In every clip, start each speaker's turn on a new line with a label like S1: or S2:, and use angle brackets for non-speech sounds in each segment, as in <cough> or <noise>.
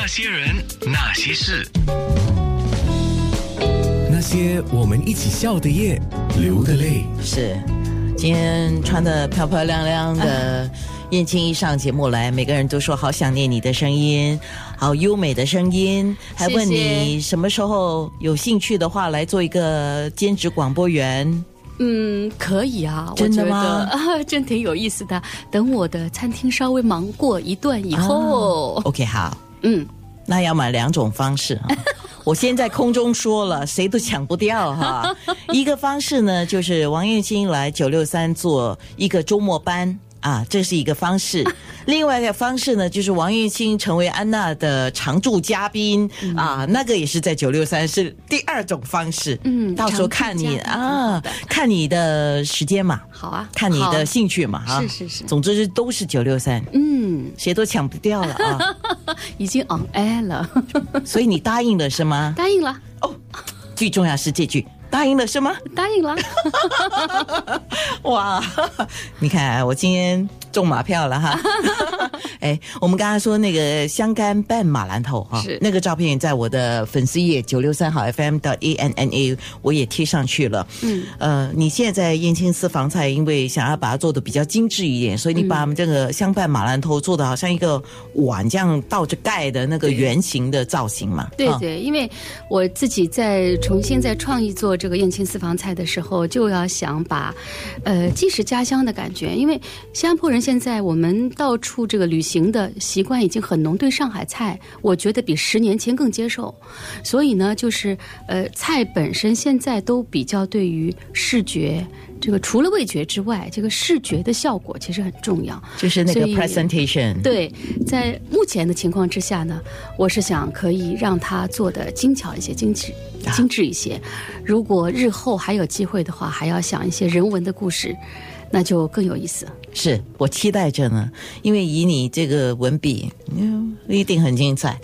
S1: 那些人，那些事，那些我们一起笑的夜，流的泪。
S2: 是，今天穿的漂漂亮亮的燕青一上节目来，每个人都说好想念你的声音，好优美的声音，还问你什么时候有兴趣的话来做一个兼职广播员。
S3: 嗯，可以啊，
S2: 真的
S3: 我觉
S2: 吗
S3: 得 <laughs> 啊，真挺有意思的。等我的餐厅稍微忙过一段以后，
S2: OK，好，
S3: 嗯，
S2: 那要买两种方式
S3: <laughs>
S2: 哈。我先在空中说了，谁都抢不掉
S3: <laughs>
S2: 哈。一个方式呢，就是王月清来九六三做一个周末班啊，这是一个方
S3: <laughs>
S2: 式。另外一个方式呢，就是王月清成为安娜的常驻嘉宾、
S3: 嗯
S2: 啊，那个也是在九六三，是第二种方式。
S3: 嗯
S2: 到时候看你
S3: 常驻嘉宾好
S2: 啊
S3: 的，
S2: 看你的时间嘛，
S3: 好啊，
S2: 看你
S3: 好
S2: 的兴趣嘛哈。
S3: 是是是
S2: 总之是都是九六三，
S3: 嗯，
S2: 谁都抢不掉了
S3: <laughs>
S2: 啊。
S3: 已经 on air 了，
S2: 所以你答应了是吗？
S3: 答应了，
S2: 哦，最重要是这句，答应了是吗？
S3: 答应了，
S2: 哇， <laughs> 你看啊我今天中马票了
S3: <laughs>
S2: 哈。哎，我们刚刚说那个香干拌马兰头哈
S3: 是，
S2: 那个照片在我的粉丝页九六三好 FM 的 A N N A 我也贴上去了。
S3: 嗯，
S2: 呃，你现在在燕青私房菜，因为想要把它做的比较精致一点，所
S3: 嗯
S2: 以你把我们这个香拌马兰头做的好像一个碗这样倒着盖的那个圆形的造型嘛。啊
S3: 对
S2: 哈
S3: 对，因为我自己在重新在创意做这个燕青私房菜的时候，就要想把，呃，既是家乡的感觉，因为新加坡人现在我们到处这个旅行的习惯已经很浓，对上海菜，我觉得比十年前更接受，所以呢，就是呃，菜本身现在都比较对于视觉。这个除了味觉之外，这个视觉的效果其实很重要。
S2: 就是那个
S3: 所以
S2: presentation。
S3: 对，在目前的情况之下呢，我是想可以让它做的精巧一些、精致、精致一些。如果日后还有机会的话，还要想一些人文的故事，那就更有意思。
S2: 是我期待着呢，因为以你这个文笔，嗯，一定很精彩。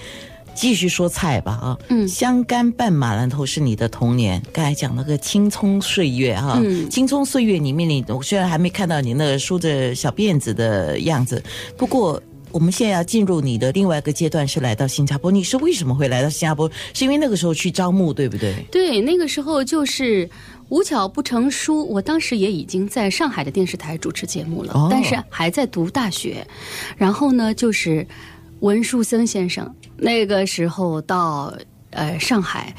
S2: 继续说菜吧啊，嗯，香干拌马兰头是你的童年，刚才讲那个青葱岁月哈、啊，
S3: 嗯
S2: 青葱岁月里面你，我虽然还没看到你那个梳着小辫子的样子，不过。我们现在要进入你的另外一个阶段，是来到新加坡。你是为什么会来到新加坡？是因为那个时候去招募，对不对？
S3: 对，那个时候就是无巧不成书，我当时也已经在上海的电视台主持节目了，
S2: 哦
S3: 但是还在读大学。然后呢，就是文树森先生那个时候到呃上海，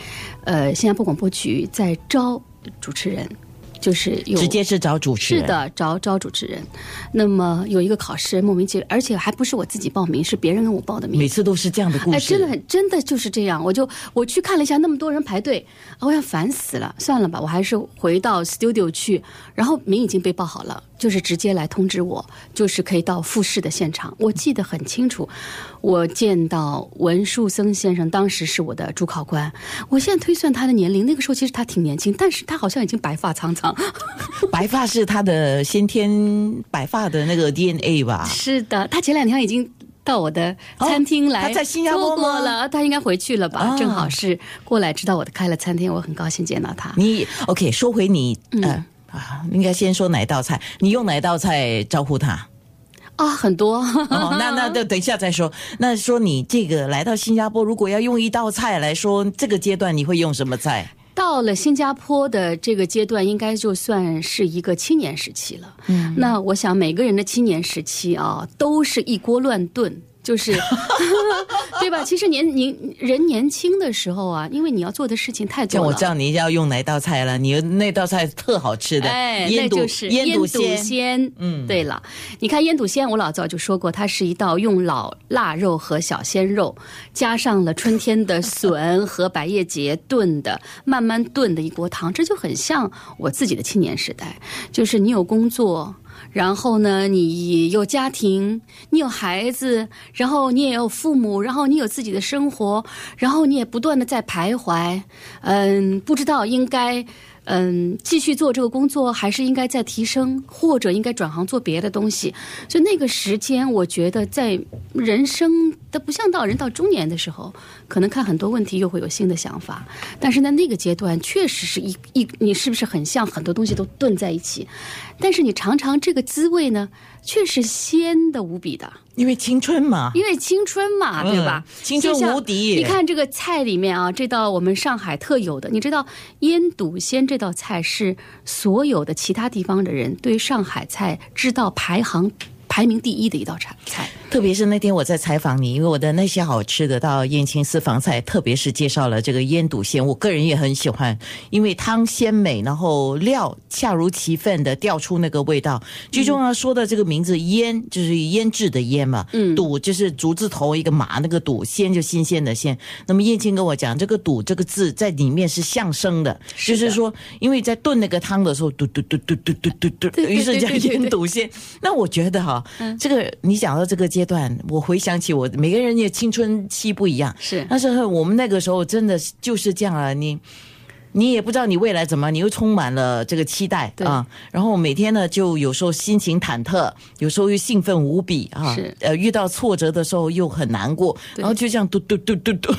S3: 呃新加坡广播局在招主持人，就是有
S2: 直接是找主持人。
S3: 是，的，找找主持人。那么有一个考试，莫名其妙，而且还不是我自己报名，是别人跟我报的名
S2: 每。次都是这样的故事。
S3: 哎，真的很，真的就是这样。我就我去看了一下，那么多人排队，啊，我想烦死了，算了吧，我还是回到 studio 去。然后名已经被报好了，就是直接来通知我，就是可以到复试的现场。我记得很清楚，我见到文树森先生，当时是我的主考官。我现在推算他的年龄，那个时候其实他挺年轻，但是他好像已经白发苍苍。
S2: 白发是他的先天白发的那个 DNA 吧？
S3: 是的，他前两天已经到我的餐厅来、
S2: 哦他在新加坡吗
S3: 坐过了，他应该回去了吧？
S2: 啊
S3: 正好是过来知道我的开了餐厅，我很高兴见到他。
S2: 你 OK？说回你，
S3: 嗯
S2: 呃、啊，应该先说哪道菜？你用哪道菜招呼他？
S3: 啊、很多 <laughs>
S2: 哦，那那就等一下再说。那说你这个来到新加坡，如果要用一道菜来说，这个阶段你会用什么菜？
S3: 到了新加坡的这个阶段，应该就算是一个青年时期了。嗯，那我想每个人的青年时期啊，都是一锅乱炖。就是， <laughs> 对吧？其实年年人年轻的时候啊，因为你要做的事情太多
S2: 像
S3: 了。
S2: 我知道你要用哪道菜了，你那道菜特好吃的，
S3: 哎，
S2: 腌
S3: 那
S2: 笃
S3: 就是
S2: 腌笃
S3: 笃
S2: 鲜。
S3: 鲜。嗯，对了，你看腌笃鲜，我老早就说过，它是一道用老腊肉和小鲜肉，加上了春天的笋和百叶结炖的，慢慢炖的一锅汤，这就很像我自己的青年时代，就是你有工作。然后呢，你有家庭，你有孩子，然后你也有父母，然后你有自己的生活，然后你也不断的在徘徊，嗯，不知道应该。嗯，继续做这个工作，还是应该再提升，或者应该转行做别的东西。所以那个时间，我觉得在人生的不像到人到中年的时候，可能看很多问题又会有新的想法。但是在那个阶段，确实是一一，你是不是很像很多东西都炖在一起？但是你尝尝这个滋味呢，确实鲜的无比的，
S2: 因为青春嘛，
S3: 因为青春嘛，对吧？
S2: 嗯青春
S3: 就像
S2: 无敌
S3: 你看这个菜里面啊，这道我们上海特有的，你知道腌笃鲜这道菜是所有的其他地方的人对上海菜知道排行排名第一的一道菜菜。
S2: 特别是那天我在采访你，因为我的那些好吃的到燕青私房菜，特别是介绍了这个腌笃鲜，我个人也很喜欢，因为汤鲜美，然后料恰如其分的调出那个味道。最重要说的这个名字腌就是腌制的腌嘛，嗯，笃就是竹字头一个马那个笃，鲜就新鲜的鲜。那么燕青跟我讲，这个笃这个字在里面是象声的，
S3: 是的
S2: 就是说，因为在炖那个汤的时候，嘟嘟嘟嘟嘟嘟嘟嘟，
S3: 对对
S2: 于是叫
S3: 对对对
S2: 腌笃鲜。那我觉得哈，
S3: 嗯
S2: 这个你讲到这个阶段，我回想起我每个人的青春期不一样，
S3: 是
S2: 但是我们那个时候真的是就是这样啊，你。你也不知道你未来怎么，你又充满了这个期待
S3: 对
S2: 啊。然后每天呢，就有时候心情忐忑，有时候又兴奋无比啊
S3: 是。
S2: 呃，遇到挫折的时候又很难过，
S3: 对
S2: 然后就这样嘟嘟嘟嘟
S3: <laughs>
S2: 嘟，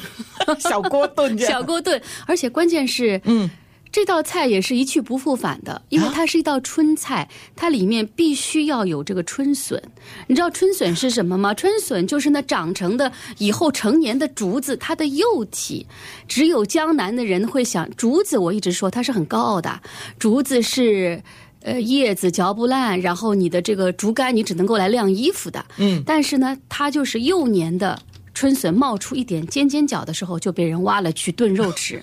S2: 小锅炖这
S3: <laughs> 小
S2: 样。
S3: 锅炖，而且关键是，嗯，这道菜也是一去不复返的，因为它是一道春菜，它里面必须要有这个春笋。你知道春笋是什么吗？春笋就是那长成的以后成年的竹子，它的幼体。只有江南的人会想，竹子我一直说它是很高傲的，竹子是。呃，叶子嚼不烂，然后你的这个竹竿你只能够来晾衣服的。嗯，但是呢，它就是幼年的春笋冒出一点尖尖角的时候，就被人挖了去炖肉吃。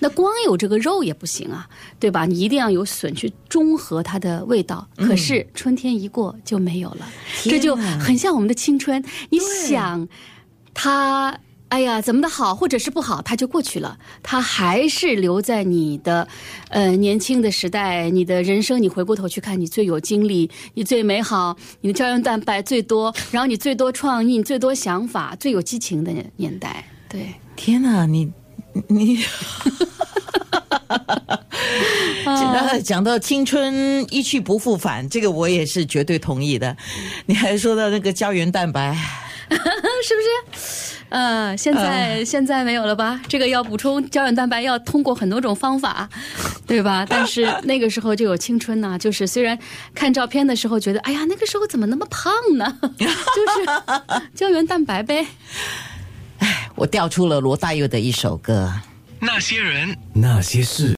S3: 那光有这个肉也不行啊，对吧？你一定要有笋去中和它的味道。可是春天一过就没有了，这就很像我们的青春。你想，它。哎呀，怎么的好，或者是不好，它就过去了，它还是留在你的，呃，年轻的时代，你的人生，你回过头去看，你最有精力，你最美好，你的胶原蛋白最多，然后你最多创意，你最多想法，最有激情的年代，对。
S2: 天哪，你你。讲到讲到青春一去不复返，这个我也是绝对同意的。你还说到那个胶原蛋白，
S3: 是不是？呃，现在、现在没有了吧？这个要补充胶原蛋白，要通过很多种方法，对吧？但是那个时候就有青春呐、就是虽然看照片的时候觉得，哎呀，那个时候怎么那么胖呢？ <laughs> 就是胶原蛋白呗。
S2: 我调出了罗大佑的一首歌。
S1: 那些人，那些事。